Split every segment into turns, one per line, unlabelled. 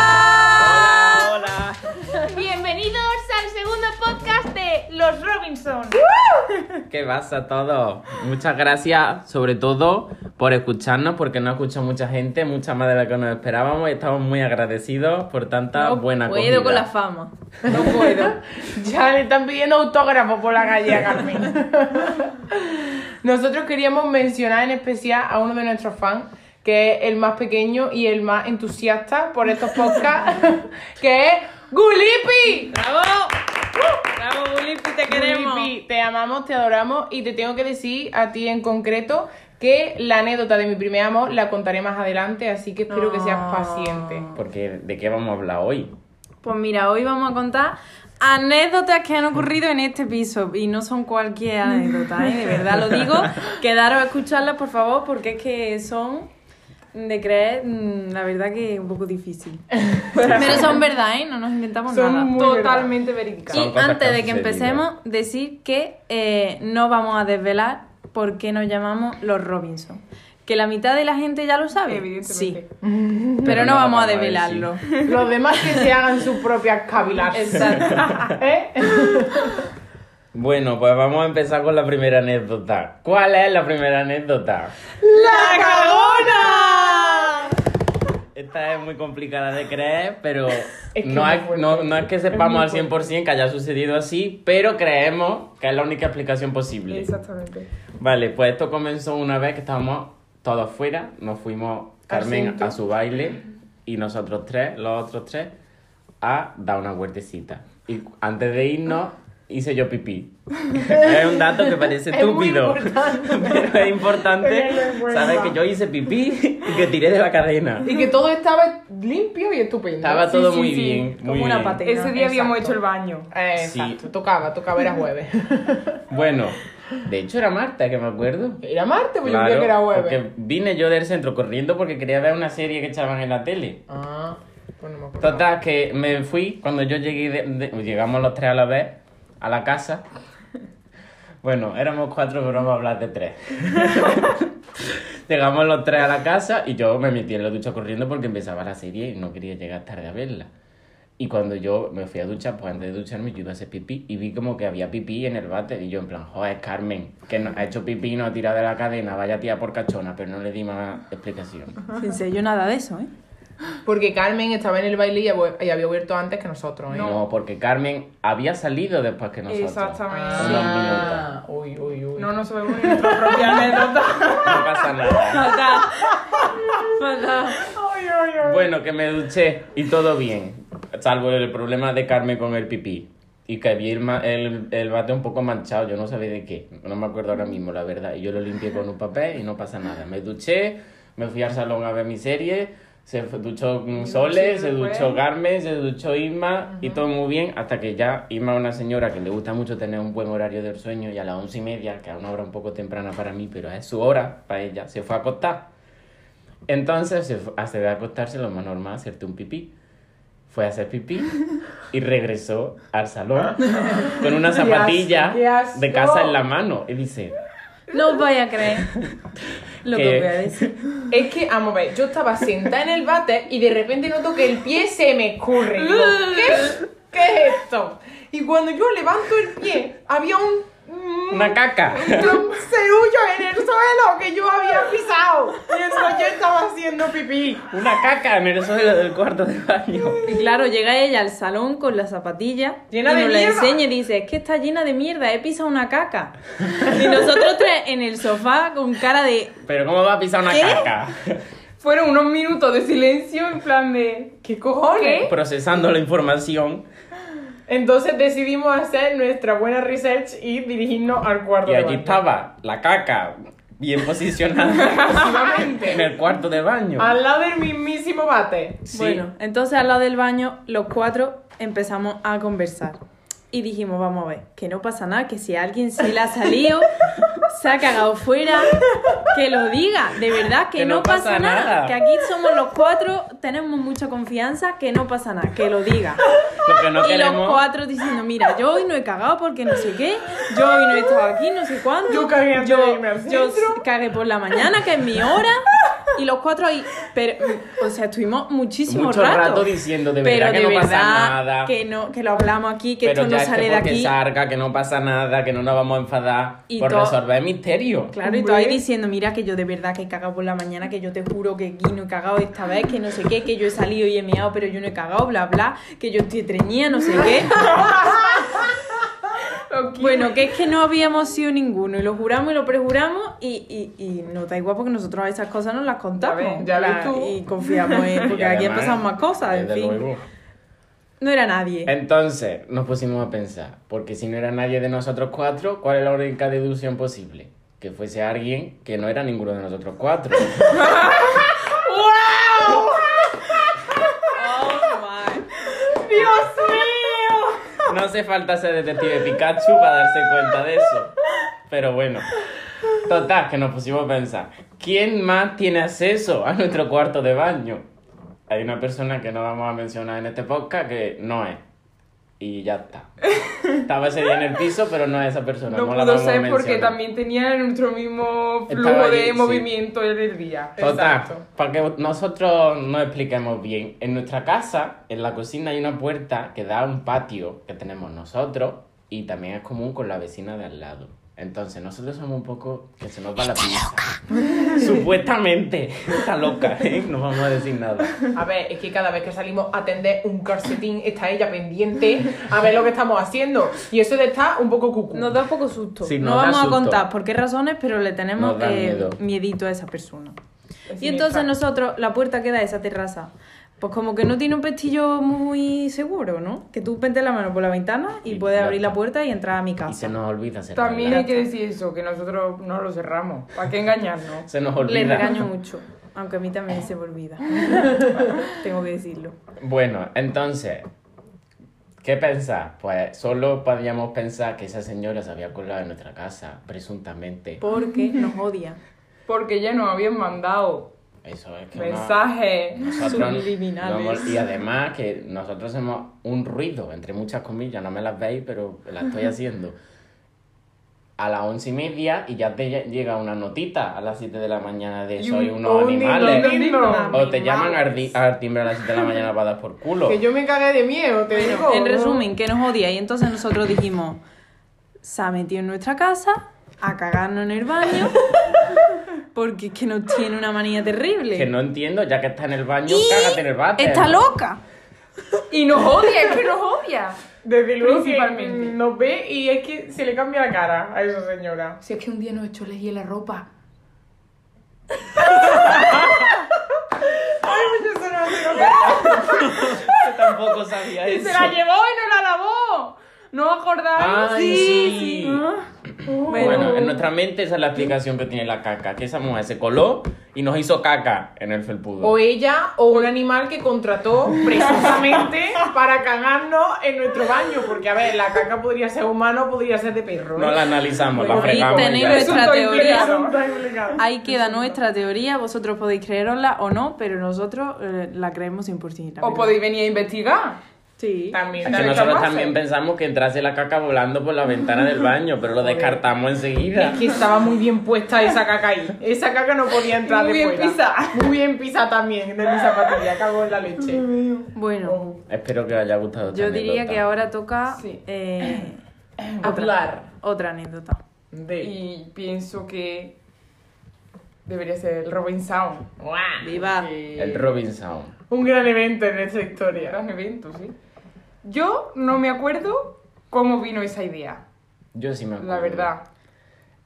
¡Hola!
Hola.
Bienvenidos al segundo podcast de Los Robinson.
¿Qué pasa todo? Muchas gracias, sobre todo, por escucharnos, porque no escuchó mucha gente, mucha más de la que nos esperábamos, y estamos muy agradecidos por tanta Ah, buena
puedo
acogida.
con la fama.
No puedo. Ya le están pidiendo autógrafo por la calle a Carmen. Nosotros queríamos mencionar en especial a uno de nuestros fans, que es el más pequeño y el más entusiasta por estos podcasts, que es Gulipi.
¡Bravo! ¡Bravo, Bulipi, te
Gulipi, te amamos, te adoramos y te tengo que decir a ti en concreto que la anécdota de mi primer amor la contaré más adelante, así que espero que seas
No.
paciente.
Porque, ¿de qué vamos a hablar hoy?
Pues mira, hoy vamos a contar anécdotas que han ocurrido en este piso. Y no son cualquier anécdota, ¿eh? de verdad lo digo. Quedaros a escucharlas, por favor, porque es que son de creer, mm, la verdad que un poco difícil. Pero son verdad, ¿eh? No nos inventamos
Son
nada.
muy totalmente verídicas.
Son
Y
cosas
antes
que
de
han
que
sucedido.
empecemos, decir que eh, no vamos a desvelar por qué nos llamamos los Robinson. Que la mitad de la gente ya lo sabe. Sí.
Evidentemente.
Pero,
Pero
no,
no
vamos a
vamos a decir.
desvelarlo.
Los demás que se hagan sus propias cavilas.
Exacto.
¿Eh?
Bueno, pues vamos a empezar con la primera anécdota. ¿Cuál es la primera anécdota?
¡La cagona!
Esta es muy complicada de creer, pero
Es que
no,
es muy
es,
fuerte.
no- no es que sepamos
muy
al 100% que haya sucedido así, pero creemos que es la única explicación posible.
Exactamente.
Vale, pues esto comenzó una vez que estábamos todos fuera, nos fuimos Carmen
Asunto.
a su baile y nosotros tres, los otros tres, a dar una vueltecita. Y antes de irnos, hice yo pipí. es un dato que parece
Es muy
estúpido,
importante.
pero es importante
Pero es bueno.
saber que yo hice pipí y que tiré de la cadena.
Y que todo estaba limpio y estupendo.
Estaba
Sí,
todo
sí,
muy
sí.
bien,
como
muy
una
bien.
patena.
Ese día habíamos
Exacto.
hecho el baño.
Eh,
Sí.
Exacto, tocaba, tocaba, era jueves.
Bueno, de hecho era Marta, que me acuerdo.
Era martes, pues yo
Claro,
creía que era jueves.
porque vine yo del centro corriendo porque quería ver una serie que echaban en la tele.
Ah, pues no me acuerdo.
Total, que me fui cuando yo llegué, de- de- llegamos los tres a la vez a la casa. Bueno, éramos cuatro, pero vamos a hablar de tres. llegamos los tres a la casa y yo me metí en la ducha corriendo porque empezaba la serie y no quería llegar tarde a verla. Y cuando yo me fui a duchar, pues antes de ducharme yo iba a hacer pipí y vi como que había pipí en el bate y yo en plan, joder, Carmen, que no, ha hecho pipí y no ha tirado de la cadena, vaya tía por cachona, pero no le di más explicación.
Sin ser yo nada de eso, ¿eh?
Porque Carmen estaba en el baile y, había- y había vuelto antes que nosotros, ¿eh?
No. porque Carmen había salido después que nosotros.
Exactamente.
Ah, uy, uy, uy.
No nos sabemos ni nuestra propia anécdota.
No pasa nada.
Fatal. Fatal.
Bueno, que me duché y todo bien. Salvo el problema de Carmen con el pipí. Y que vi el, ma- el, el bate un poco manchado, yo no sabía de qué. No me acuerdo ahora mismo, la verdad. Y yo lo limpié con un papel y no pasa nada. Me duché, me fui al salón a ver mi serie. Se fu- duchó mm, Sole, se
después.
duchó Carmen, se duchó Isma y todo muy bien. Hasta que ya Isma es una señora que le gusta mucho tener un buen horario del sueño y a las once y media, que es una hora un poco temprana para mí, pero es su hora para ella, se fue a acostar. Entonces, se fu- hasta de acostarse, lo más normal, hacerte un pipí. Fue a hacer pipí y regresó al salón con una zapatilla
qué asco.
de casa en la mano. Y dice,
No os vais a creer lo que
¿Qué?
os voy a decir.
Es que, vamos a ver, yo estaba sentada en el váter y de repente noto que el pie se me escurre. Digo, ¿Qué? ¿Qué es esto? Y cuando yo levanto el pie, había un, un,
una caca.
un cerullo en el suelo que yo había pisado mientras yo estaba haciendo pipí.
Una caca en el suelo del cuarto de baño.
Y claro, llega ella al salón con la zapatilla
Llena
y
de
nos la
mierda.
enseña y dice, es que está llena de mierda, he pisado una caca. Y nosotros tres en el sofá con cara de...
Pero ¿cómo va a pisar una
¿Qué?
caca?
Fueron unos minutos de silencio en plan de...
¿Qué cojones?
¿Eh?
Procesando la información.
Entonces decidimos hacer nuestra buena research y dirigirnos al cuarto
Y
de
allí
baño.
estaba la caca bien posicionada
Efectivamente,
en el cuarto de baño.
Al lado del mismísimo váter.
Sí.
Ah, Bueno, entonces al lado del baño los cuatro empezamos a conversar. Y dijimos, vamos a ver, que no pasa nada, que si a alguien se le ha salido, se ha cagado fuera, que lo diga, de verdad, que, no, pasa, nada. Que aquí somos los cuatro, tenemos mucha confianza, que no pasa nada, que lo diga.
Lo que no
y los
queremos...
cuatro diciendo, mira, yo hoy no he cagado porque no sé qué, yo hoy no he estado aquí, no sé cuánto.
Yo cagué antes de irme al
yo
centro".
cagué por la mañana, que es mi hora. Y los cuatro ahí, pero, mm, o sea, estuvimos muchísimo
Mucho rato, diciendo de verdad
pero
que
de
no
verdad
pasa nada.
que no, que lo hablamos aquí, que
pero
esto
ya
no
es que
sale de
porque
aquí.
salga, que no pasa nada, que no nos vamos a enfadar
Y
por
to-
resolver misterio.
Claro, y tú ahí
Hombre.
diciendo, mira que yo de verdad que he cagado por la mañana, que yo te juro que aquí no he cagado esta vez, que no sé qué, que yo he salido y he meado, pero yo no he cagado, bla, bla, que yo estoy treñida, no sé qué.
Pues
bueno, que es que no habíamos sido ninguno, y lo juramos y lo prejuramos, y, y, y no da igual porque nosotros a esas cosas nos las contamos.
A ver, ya ves
La-
tú.
Y confiamos en, porque
Y
aquí han
además,
pasado más cosas, en
desde
fin.
luego.
No era nadie.
Eh, Entonces, nos pusimos a pensar, porque si no era nadie de nosotros cuatro, ¿cuál es la única deducción posible? Que fuese alguien que no era ninguno de nosotros cuatro.
Oh,
¡Dios mío!
No hace falta ser detective Pikachu para darse cuenta de eso. Pero bueno. Total, que nos pusimos a pensar. ¿Quién más tiene acceso a nuestro cuarto de baño? Hay una persona que no vamos a mencionar en este podcast que no es. Y ya está. Estaba ese día en el piso, pero no es esa persona.
No
no la
pudo
vamos a
ser porque
mencionar.
también tenía nuestro mismo
Estaba
flujo de
ahí, sí.
movimiento en el día.
Total,
Exacto.
para que nosotros nos expliquemos bien, en nuestra casa, en la cocina hay una puerta que da a un patio que tenemos nosotros y también es común con la vecina de al lado. Entonces, nosotros somos un poco que se nos va la pinza. Supuestamente, está loca, ¿eh? No vamos a decir nada.
A ver, es que cada vez que salimos a tender un calcetín está ella pendiente a ver lo que estamos haciendo. Y eso de estar un poco cucu.
Nos da un poco susto.
Sí,
no
nos da
vamos
susto.
a contar por qué razones, pero le tenemos
Nos da
eh,
miedo.
miedito a esa persona.
Es
Y entonces
siniestra.
nosotros, la puerta queda de esa terraza. Pues como que no tiene un pestillo muy seguro, ¿no? Que tú pentes la mano por la ventana y
Y
puedes
ya
abrir la
está.
puerta y entrar a mi
Y se
casa.
nos olvida cerrar
También
la-
hay que decir eso, que nosotros no lo cerramos. ¿Para qué engañarnos?
Se nos olvida.
Le regaño mucho, aunque a mí también se me olvida. Tengo que decirlo.
Bueno, entonces, ¿qué pensás? Pues solo podíamos pensar que esa señora se había colado en nuestra casa, presuntamente.
Porque nos odia.
Porque ya nos habían mandado
Eso es que no-
mensajes.
nosotros
subliminales.
no hemos- y además que nosotros hacemos un ruido, entre muchas comillas, no me las veis, pero la estoy haciendo. A las once y media y ya te lle- llega una notita a las siete de la mañana de
Y
soy
un-
unos
un himno,
animales.
un himno.
O te llaman al, di- al timbre a las siete de la mañana para dar por culo.
Que yo me cagué de miedo, te digo.
En
¿no?
resumen, que nos odia. Y entonces nosotros dijimos, se ha metido en nuestra casa a cagarnos en el baño porque es que nos tiene una manía terrible.
Que no entiendo, ya que está en el baño,
Y
cágate en el váter.
Está loca.
Y nos odia, es que nos odia.
Desde luego que mm,
Principalmente.
nos ve y es que se le cambia la cara a esa señora.
Si es que un día nos echó elegir la ropa.
Yo tampoco sabía
Y
eso.
se la llevó y no la lavó. ¿No os acordáis?
Ay, sí.
Bueno.
Bueno, en nuestra mente esa es la explicación que tiene la caca, que esa mujer se coló y nos hizo caca en el felpudo.
O ella o un animal que contrató precisamente para cagarnos en nuestro baño. Porque, a ver, la caca podría ser humano, podría ser de perro.
No la analizamos, la
Bueno, y
fregamos. y
tenéis
ya.
nuestra
Resulta
teoría.
implicado.
Ahí queda nuestra teoría. Vosotros podéis creerosla o no, pero nosotros eh, la creemos 100%. la
¿Os
verdad.
podéis venir a investigar?
Sí.
También.
Es que
¿Qué
nosotros
pasa?
también pensamos que entrase la caca volando por la ventana del baño, pero lo descartamos enseguida.
Es que estaba muy bien puesta esa caca ahí. Esa caca no podía entrar
Muy
de
bien
fuera.
pisada.
Muy bien pisada también de mi zapatilla. Cago en la leche.
Bueno,
Ojo.
Espero que os haya gustado. esta
yo diría
anécdota.
que ahora toca
Sí.
eh,
Hablar.
otra anécdota.
De.
Y pienso que debería ser el Robin Sound.
Guau.
Viva.
Que-
El Robin Sound.
Un gran evento en esta historia.
Gran evento, sí. Yo no me acuerdo cómo vino esa idea,
Yo sí me acuerdo.
la verdad.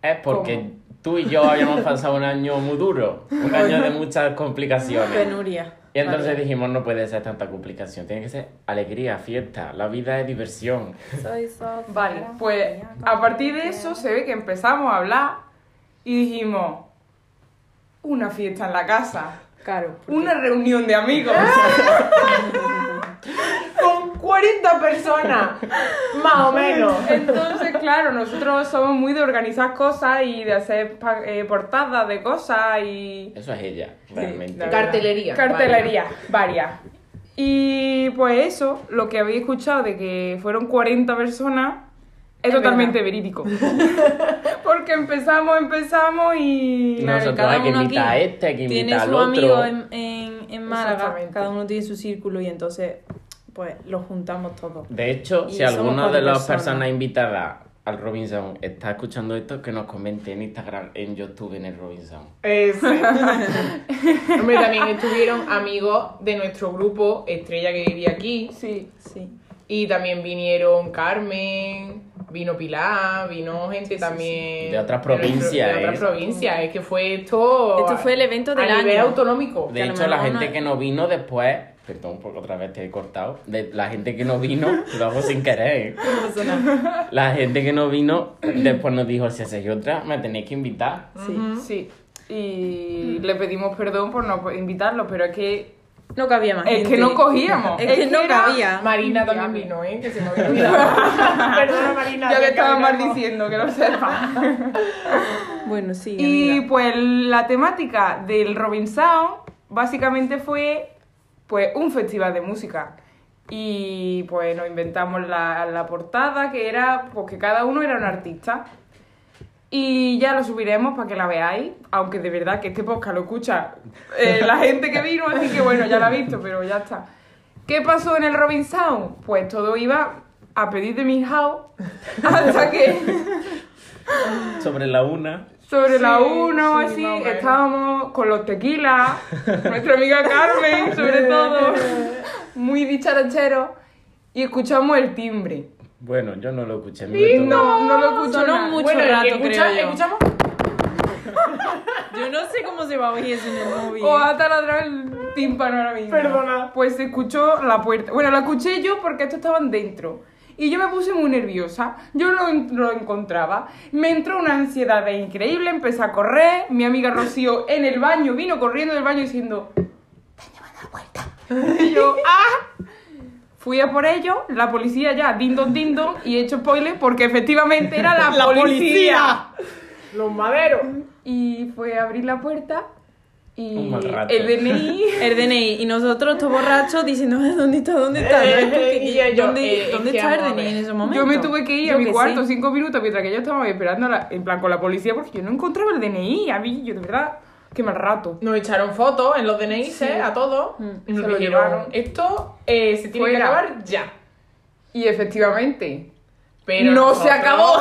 Es porque tú y yo habíamos pasado un año muy duro, un año de muchas complicaciones.
Penuria.
Y entonces
Vale.
dijimos, no puede ser tanta complicación, tiene que ser alegría, fiesta, la vida es diversión.
Vale, pues a partir de eso se ve que empezamos a hablar y dijimos, una fiesta en la casa,
Claro.
una reunión de amigos.
Con 40 personas. Más o menos.
Entonces, claro, nosotros somos muy de organizar cosas y de hacer pa- eh, portadas de cosas y...
Eso es ella,
la
realmente.
verdad.
Cartelería,
Cartelería, varias. Y pues eso, lo que había escuchado de que fueron 40 personas, Es
Es
totalmente
verdad.
verídico. Porque empezamos, empezamos y.
No, Nosotros hay que
uno
imitar a
aquí
este, hay que
tiene
imitar
su
al otro.
amigo en, en, en Málaga,
Exactamente.
cada uno tiene su círculo y entonces, pues, lo juntamos todos.
De hecho,
Y
si
somos
alguna de
cuatro
las
personas.
personas invitadas al Robinson está escuchando esto, que nos comente en Instagram, en YouTube, en el Robinson.
Eso. Hombre, también estuvieron amigos de nuestro grupo, Estrella que vivía aquí.
Sí.
Sí.
Y también vinieron Carmen, vino Pilar, vino gente también.
De otras
nuestro-
provincias,
De otras
¿eh?
provincias, es que fue esto.
Pues
Esto fue el evento del
a nivel
año.
autonómico.
De
a lo
hecho, la
mejor
gente
no-
que no vino después, perdón porque otra vez te he cortado, de, la gente que no vino, lo hago sin querer, ¿eh? la gente que no vino después nos dijo, si hacéis otra, me tenéis que invitar.
Sí.
Sí. Y le pedimos perdón por no invitarlo, pero es que.
No cabía más.
Es
gente.
que no cogíamos.
Es que no
era-
cabía.
Marina también vino, ¿eh? Que se me había olvidado. Perdona, Marina.
Yo
te
le estaba
encadenamos.
maldiciendo, que lo sepa.
Bueno, sí.
Y
amiga.
pues la temática del Robinson básicamente fue pues un festival de música. Y pues nos inventamos la, la portada que era pues que cada uno era un artista. Y ya lo subiremos para que la veáis, aunque de verdad que este podcast lo escucha eh, la gente que vino, así que bueno, ya la ha visto, pero ya está. ¿Qué pasó en el Robinson? Pues todo iba a pedir de Milhouse hasta que
Sobre la una,
sobre la
Sí,
1,
sí, más o
así,
menos.
estábamos con los tequilas, nuestra amiga Carmen, sobre todo, muy dicharachero, y escuchamos el timbre.
bueno, yo no lo escuché. a mí me
Y
tocó.
no, no lo escuchó
Sonó
nada.
mucho
Bueno,
rato,
escucha-
creo yo.
escuchamos.
Yo no sé cómo se va a oír eso en el móvil.
O ha taladrado el tímpano ahora mismo.
Perdona.
Pues se escuchó la puerta. Bueno, la escuché yo porque estos estaban dentro. Y yo me puse muy nerviosa. Yo no en- lo encontraba. Me entró una ansiedad increíble. Empecé a correr. Mi amiga Rocío en el baño vino corriendo del baño diciendo: "Te han llevado a la puerta. Y yo, ¡ah! Fui a por ellos, la policía ya, dindon dindon, y he hecho spoiler porque efectivamente era la,
La policía.
Los maderos.
Y fue a abrir la puerta
Un
y
mal rato.
el DNI
El DNI. Y nosotros, todos borrachos, diciendo, "Ah, ¿dónde está? ¿Dónde está?
Eh,
¿Dónde,
eh, y yo, yo,
¿dónde,
eh,
dónde
¿qué
está el
vamos a
DNI en
ver?
ese momento?
Yo me tuve que ir a
Yo
mi
qué
cuarto
sé.
cinco minutos mientras que yo estaba esperando, la- en plan, con la policía porque yo no encontraba el DNI. A mí, yo de verdad, qué mal rato.
Nos echaron fotos en los DNI, a todos. Y nos
Mm. Se lo
dijeron,
llevaron.
Esto eh, se tiene que
Fuera.
acabar ya.
Y efectivamente,
Pero
no se
nosotros-
acabó.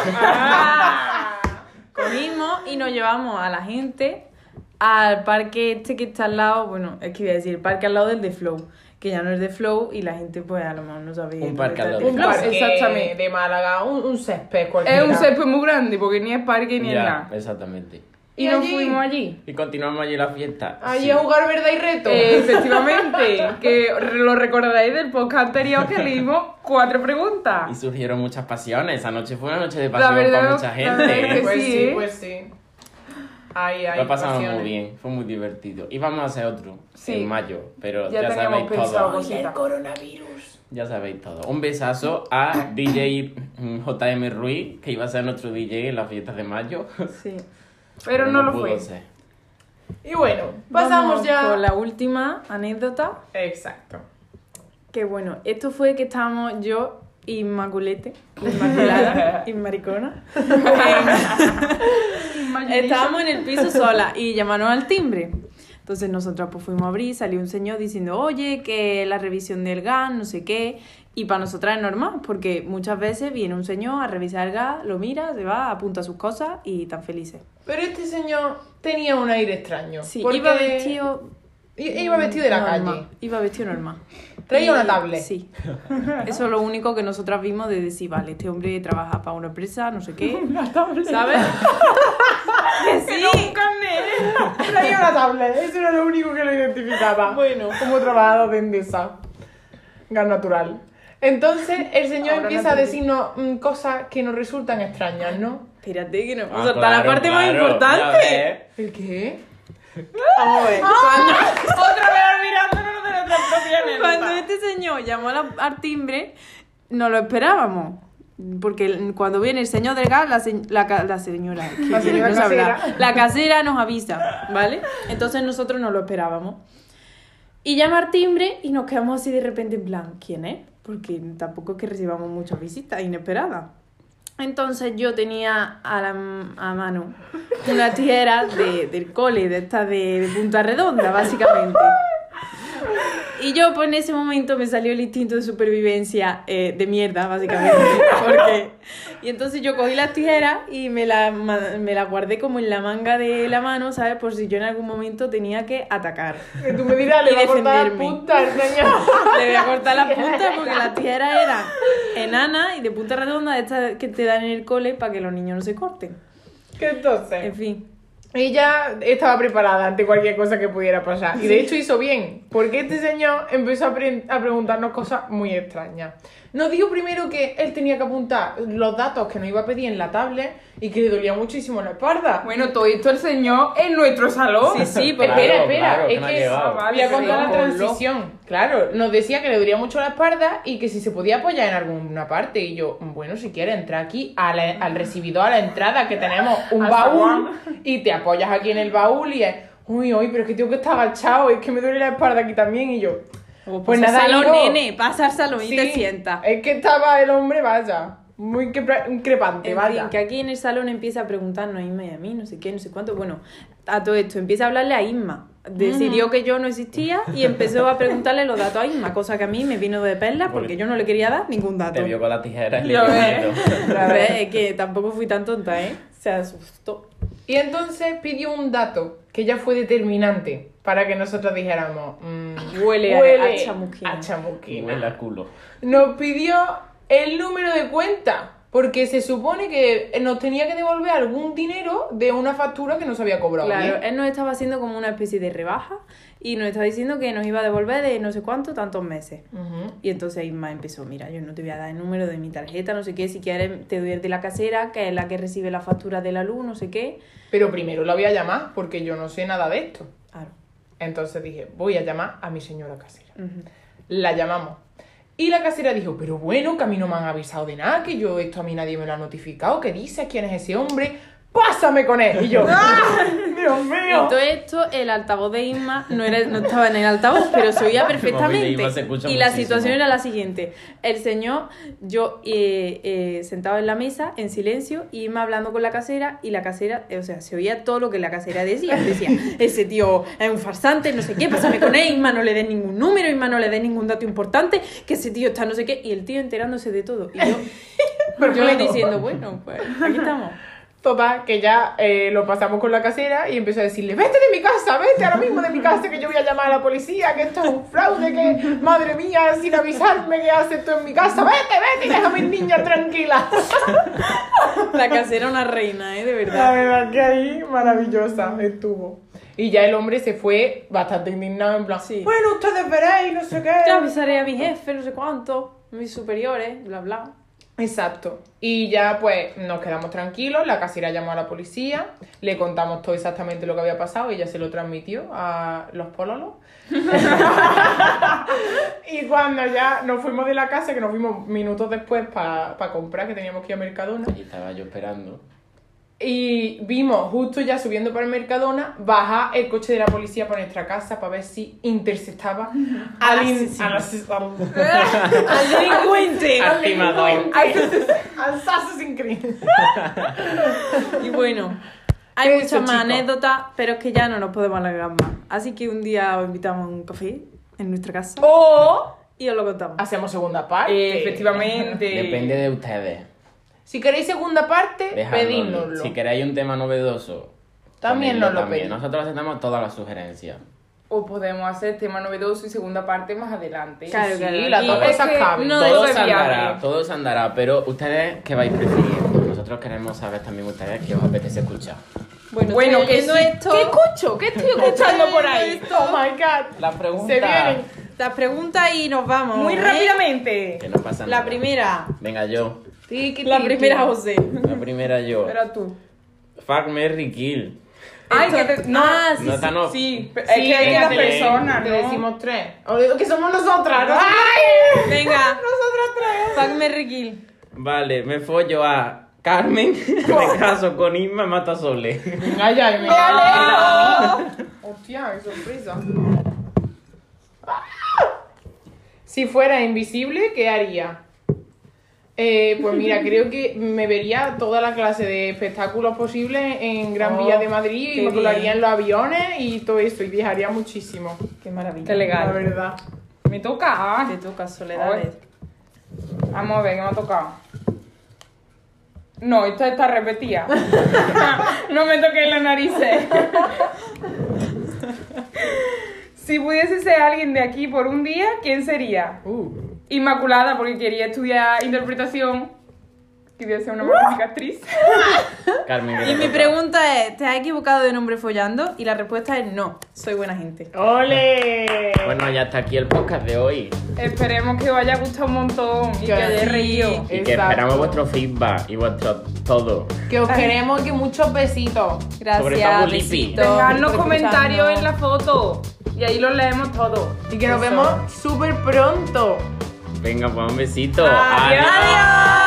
Comimos y nos llevamos a la gente al parque este que está al lado, bueno, es que iba a decir, el parque al lado del de Flow, que ya no es de Flow y la gente pues a lo mejor no sabe.
Un
dónde
parque
está
al
el
lado
de
Un
Flow.
parque
Exactamente.
de Málaga, un, un césped
es
cualquiera.
un césped muy grande porque ni es parque ni es
Ya,
nada.
exactamente.
Y,
¿Y
nos
allí?
fuimos allí.
Y continuamos allí la fiesta.
Allí
Sí.
a jugar verdad y reto.
Eh, efectivamente, que lo recordaréis del podcast anterior que leímos cuatro
Y
preguntas.
surgieron muchas pasiones. Esa noche fue una noche de
La
pasión
verdad,
para mucha
la
gente.
verdad que
¿eh?
pues
sí,
sí,
¿eh?
pues sí. Ay, ay,
Lo pasamos
pasiones.
muy bien, fue muy divertido. Íbamos a hacer otro
Sí.
en mayo, pero
Ya
ya,
teníamos
sabéis
pensado
todo.
cositas.
Ya sabéis todo. Un besazo a mm, DJ JM Ruiz, que iba a ser nuestro DJ en las fiestas de mayo.
Sí.
Pero no lo
pudo
fue.
ser.
Y bueno, pasamos
Vamos
ya.
Con la última anécdota,
Exacto.
que bueno, esto fue que estábamos yo y Maculete, Inmaculada, Inmaricona. Estábamos en el piso sola y llamaron al timbre. Entonces nosotras pues fuimos a abrir, salió un señor diciendo, oye, que la revisión del gas, no sé qué. Y para nosotras es normal, porque muchas veces viene un señor a revisar el gas, lo mira, se va, apunta sus cosas y tan felices.
Pero este señor tenía un aire extraño.
Sí,
porque
iba vestido...
i- iba vestido de la
normal,
calle.
Iba vestido normal.
Traía
Y-
una tablet.
Eh, Sí. Eso es lo único que nosotras vimos de decir, vale, este hombre trabaja para una empresa, no sé qué. ¿Sabes? que sí.
Traía una tablet. Eso era lo único que lo identificaba. Bueno. Como trabajador de Endesa. Gas natural. Entonces el señor
Ahora
empieza a
natural.
decirnos mm, cosas que nos resultan extrañas, ¿no?
Espérate, que no.
Ah,
vamos hasta la
claro,
parte más
claro,
importante.
ya ves.
¿El qué? Ah.
Otra vez mirándonos de nuestra propia anécdota.
Cuando este señor llamó a la- al timbre, no lo esperábamos. Porque el- cuando viene el señor del gas, la, se- la ca- la señora, que
La señora
no se habla,
casera.
la casera nos avisa, ¿vale? Entonces nosotros no lo esperábamos. Y llama al timbre y nos quedamos así de repente en plan, ¿quién es? Porque tampoco es que recibamos muchas visitas inesperadas. Entonces yo tenía a, la, a mano una tijera de, del cole, de esta de, de punta redonda, básicamente. Y yo, pues en ese momento me salió el instinto de supervivencia eh, de mierda, básicamente. Porque... Y entonces yo cogí las tijeras y me las me la guardé como en la manga de la mano, ¿sabes? Por si yo en algún momento tenía que atacar.
Que tú me dirás, le
Y
va a cortar la
defenderme.
punta el señor.
Le voy a cortar las puntas porque las tijeras eran enanas y de punta redonda, de estas que te dan en el cole para que los niños no se corten.
Que
En
entonces,
fin.
ella estaba preparada ante cualquier cosa que pudiera pasar. Y de hecho hizo bien, porque este señor empezó a, pre- a preguntarnos cosas muy extrañas. Nos dijo primero que él tenía que apuntar los datos que nos iba a pedir en la tablet y que le dolía muchísimo la espalda.
Bueno, todo esto el señor en nuestro salón.
Sí, sí, porque
Claro,
espera, espera,
claro,
es
que me ha
que
llegado.
Ah,
Le ha
vale,
contado la
pero
con lo-
transición. Claro, nos decía que le dolía mucho la espalda y que si se podía apoyar en alguna parte. Y yo, bueno, si quieres, entra aquí a la- al recibidor, a la entrada, que tenemos un
Al
baúl.
zaguán.
Y te apoyas aquí en el baúl y es, uy, uy, pero es que tengo que estar agachado, es que me duele la espalda aquí también. Y yo,
Pues
nada,
nada, salón,
hijo.
nene, pasa al salón
sí,
y te sientas.
Es que estaba el hombre, vaya, muy crepra- crepante,
En
vaya.
fin, que aquí en el salón empieza a preguntarnos a Isma y a mí, no sé qué, no sé cuánto. Bueno, a todo esto, empieza a hablarle a Isma. Decidió que yo no existía y empezó a preguntarle los datos a Isma, cosa que a mí me vino de perla porque yo no le quería dar ningún dato.
Te vio con la tijera y le
Ya
dio
ves.
miedo.
Claro.
Ves, Es que tampoco fui tan tonta, ¿eh? Se asustó.
Y entonces pidió un dato que ya fue determinante para que nosotros dijéramos, mm,
Huele a- a chamuquina.
a chamuquina.
Huele a culo.
Nos pidió el número de cuenta, porque se supone que eh, nos tenía que devolver algún dinero de una factura que nos había cobrado.
Claro,
¿bien?
él nos estaba haciendo como una especie de rebaja y nos estaba diciendo que nos iba a devolver de no sé cuánto tantos meses.
Ujú.
Y entonces Isma empezó, mira, yo no te voy a dar el número de mi tarjeta, no sé qué, si quieres te doy el de la casera, que es la que recibe la factura de la luz, no sé qué.
Pero primero la voy a llamar porque yo no sé nada de esto.
Claro.
Entonces dije, voy a llamar a mi señora casera.
Ujú.
La llamamos. Y la casera dijo, pero bueno, que a mí no me han avisado de nada, que yo esto a mí nadie me lo ha notificado, que dices quién es ese hombre, pásame con él. Y yo, ¡ah! Dios mío.
Y todo esto, el altavoz de Isma no, era, no estaba en el altavoz, pero se oía
El móvil de
perfectamente.
Isma se escucha
Y la
muchísimo.
situación era la siguiente. El señor, yo eh, eh, sentado en la mesa, en silencio, y Isma hablando con la casera, y la casera, eh, o sea, se oía todo lo que la casera decía. Decía, ese tío es un farsante, no sé qué, pásame con él, Isma no le des ningún número, Isma no le des ningún dato importante, que ese tío está no sé qué, y el tío enterándose de todo. Y yo,
Pero
yo
bueno.
diciendo, bueno, pues aquí estamos.
Total, que ya eh, lo pasamos con la casera y empezó a decirle, vete de mi casa, vete ahora mismo de mi casa, que yo voy a llamar a la policía, que esto es un fraude, que madre mía, sin avisarme que haces tú en mi casa, vete, vete y deja a mis niñas tranquilas.
La casera una reina, ¿eh? De verdad.
La verdad que ahí maravillosa estuvo. Y ya el hombre se fue bastante indignado, en plan,
Sí.
bueno, ustedes veréis, no sé qué.
Ya avisaré a mi jefe, no sé cuánto, mis superiores, bla, bla.
Exacto. Y ya pues nos quedamos tranquilos, la casera llamó a la policía, le contamos todo exactamente lo que había pasado, ella se lo transmitió a los pololos. y cuando ya nos fuimos de la casa, que nos fuimos minutos después para comprar, que teníamos que ir a Mercadona,
Y estaba yo esperando.
y vimos justo ya subiendo para el Mercadona bajar el coche de la policía para nuestra casa para ver si interceptaba al, in- al, ases- al-
¡Al delincuente!
Al timador.
al Assassin's Creed.
Y bueno, hay
Eso,
muchas más
chicos.
anécdotas, pero es que ya no nos podemos alargar más. Así que un día os invitamos a un café en nuestra casa
O
y os lo contamos.
hacemos segunda parte.
Eh, efectivamente.
Depende de ustedes.
Si queréis segunda parte,
Dejadnoslo.
pedídnoslo.
Si queréis un tema novedoso,
También
ponedlo
nos lo
también.
pedís.
Nosotros aceptamos todas las sugerencias.
O podemos hacer tema novedoso y segunda parte más adelante.
Claro,
sí,
claro.
las
Y
dos
es
cosas
que
caben.
No,
todo
todo
es
se andará,
viable.
todo se andará, pero ustedes qué vais prefiriendo. Nosotros queremos saber también ustedes qué os apetece escuchar.
Bueno,
Bueno,
estoy
que
oyendo
sí.
esto.
¿Qué escucho? ¿Qué estoy escuchando por ahí?
Oh my god.
La pregunta
Se vienen.
Las preguntas y nos vamos.
Muy
¿eh?
rápidamente.
que no pasa nada.
La primera.
Venga yo,
La primera, José.
la primera yo.
Pero tú.
Fuck Mary Kill.
Ay, que te... No,
Ah, sí,
no,
sí.
esta no.
sí. Es
Sí,
que hay
venga,
una
te-
persona,
Te
¿no?
decimos tres. O digo que somos nosotras. ¿no? ¡Ay!
Venga,
Nosotras tres.
Fuck Merry Kill.
Vale, me follo a Carmen, me caso con Isma, mato a Sole.
Ay, ay, me
Ah.
alegro.
Hostia, qué sorpresa. Si fuera invisible, ¿qué haría? Eh, pues mira, creo que me vería toda la clase de espectáculos posibles en Gran
Oh,
Villa de Madrid y
qué
me colaría
bien.
en los aviones y todo eso y viajaría muchísimo.
Qué maravilla.
Qué legal.
La verdad.
Me toca. ah.
Te toca soledades.
Vamos a ver, ¿qué me ha tocado? No, esta está repetida. no me toqué la nariz. si pudiese ser alguien de aquí por un día, ¿quién sería?
Uh.
Inmaculada, porque quería estudiar interpretación. Quería ser una magnífica actriz.
Carmen.
Y mi
Guerrero.
pregunta es, ¿te has equivocado de nombre follando? Y la respuesta es no, soy buena gente.
¡Ole!
Bueno, ya está aquí el podcast de hoy.
Esperemos que os haya gustado un montón y que
Que
hayáis
sí.
reído.
Y que
Exacto.
esperamos vuestro feedback y vuestro todo.
Que os queremos y que muchos besitos.
Sobre todo
Gracias,
Lipi.
besitos.
Dejadnos
Escuchando.
comentarios en la foto y ahí los leemos todos.
Y que nos
Eso.
vemos súper pronto.
Venga, pues un besito.
Adiós.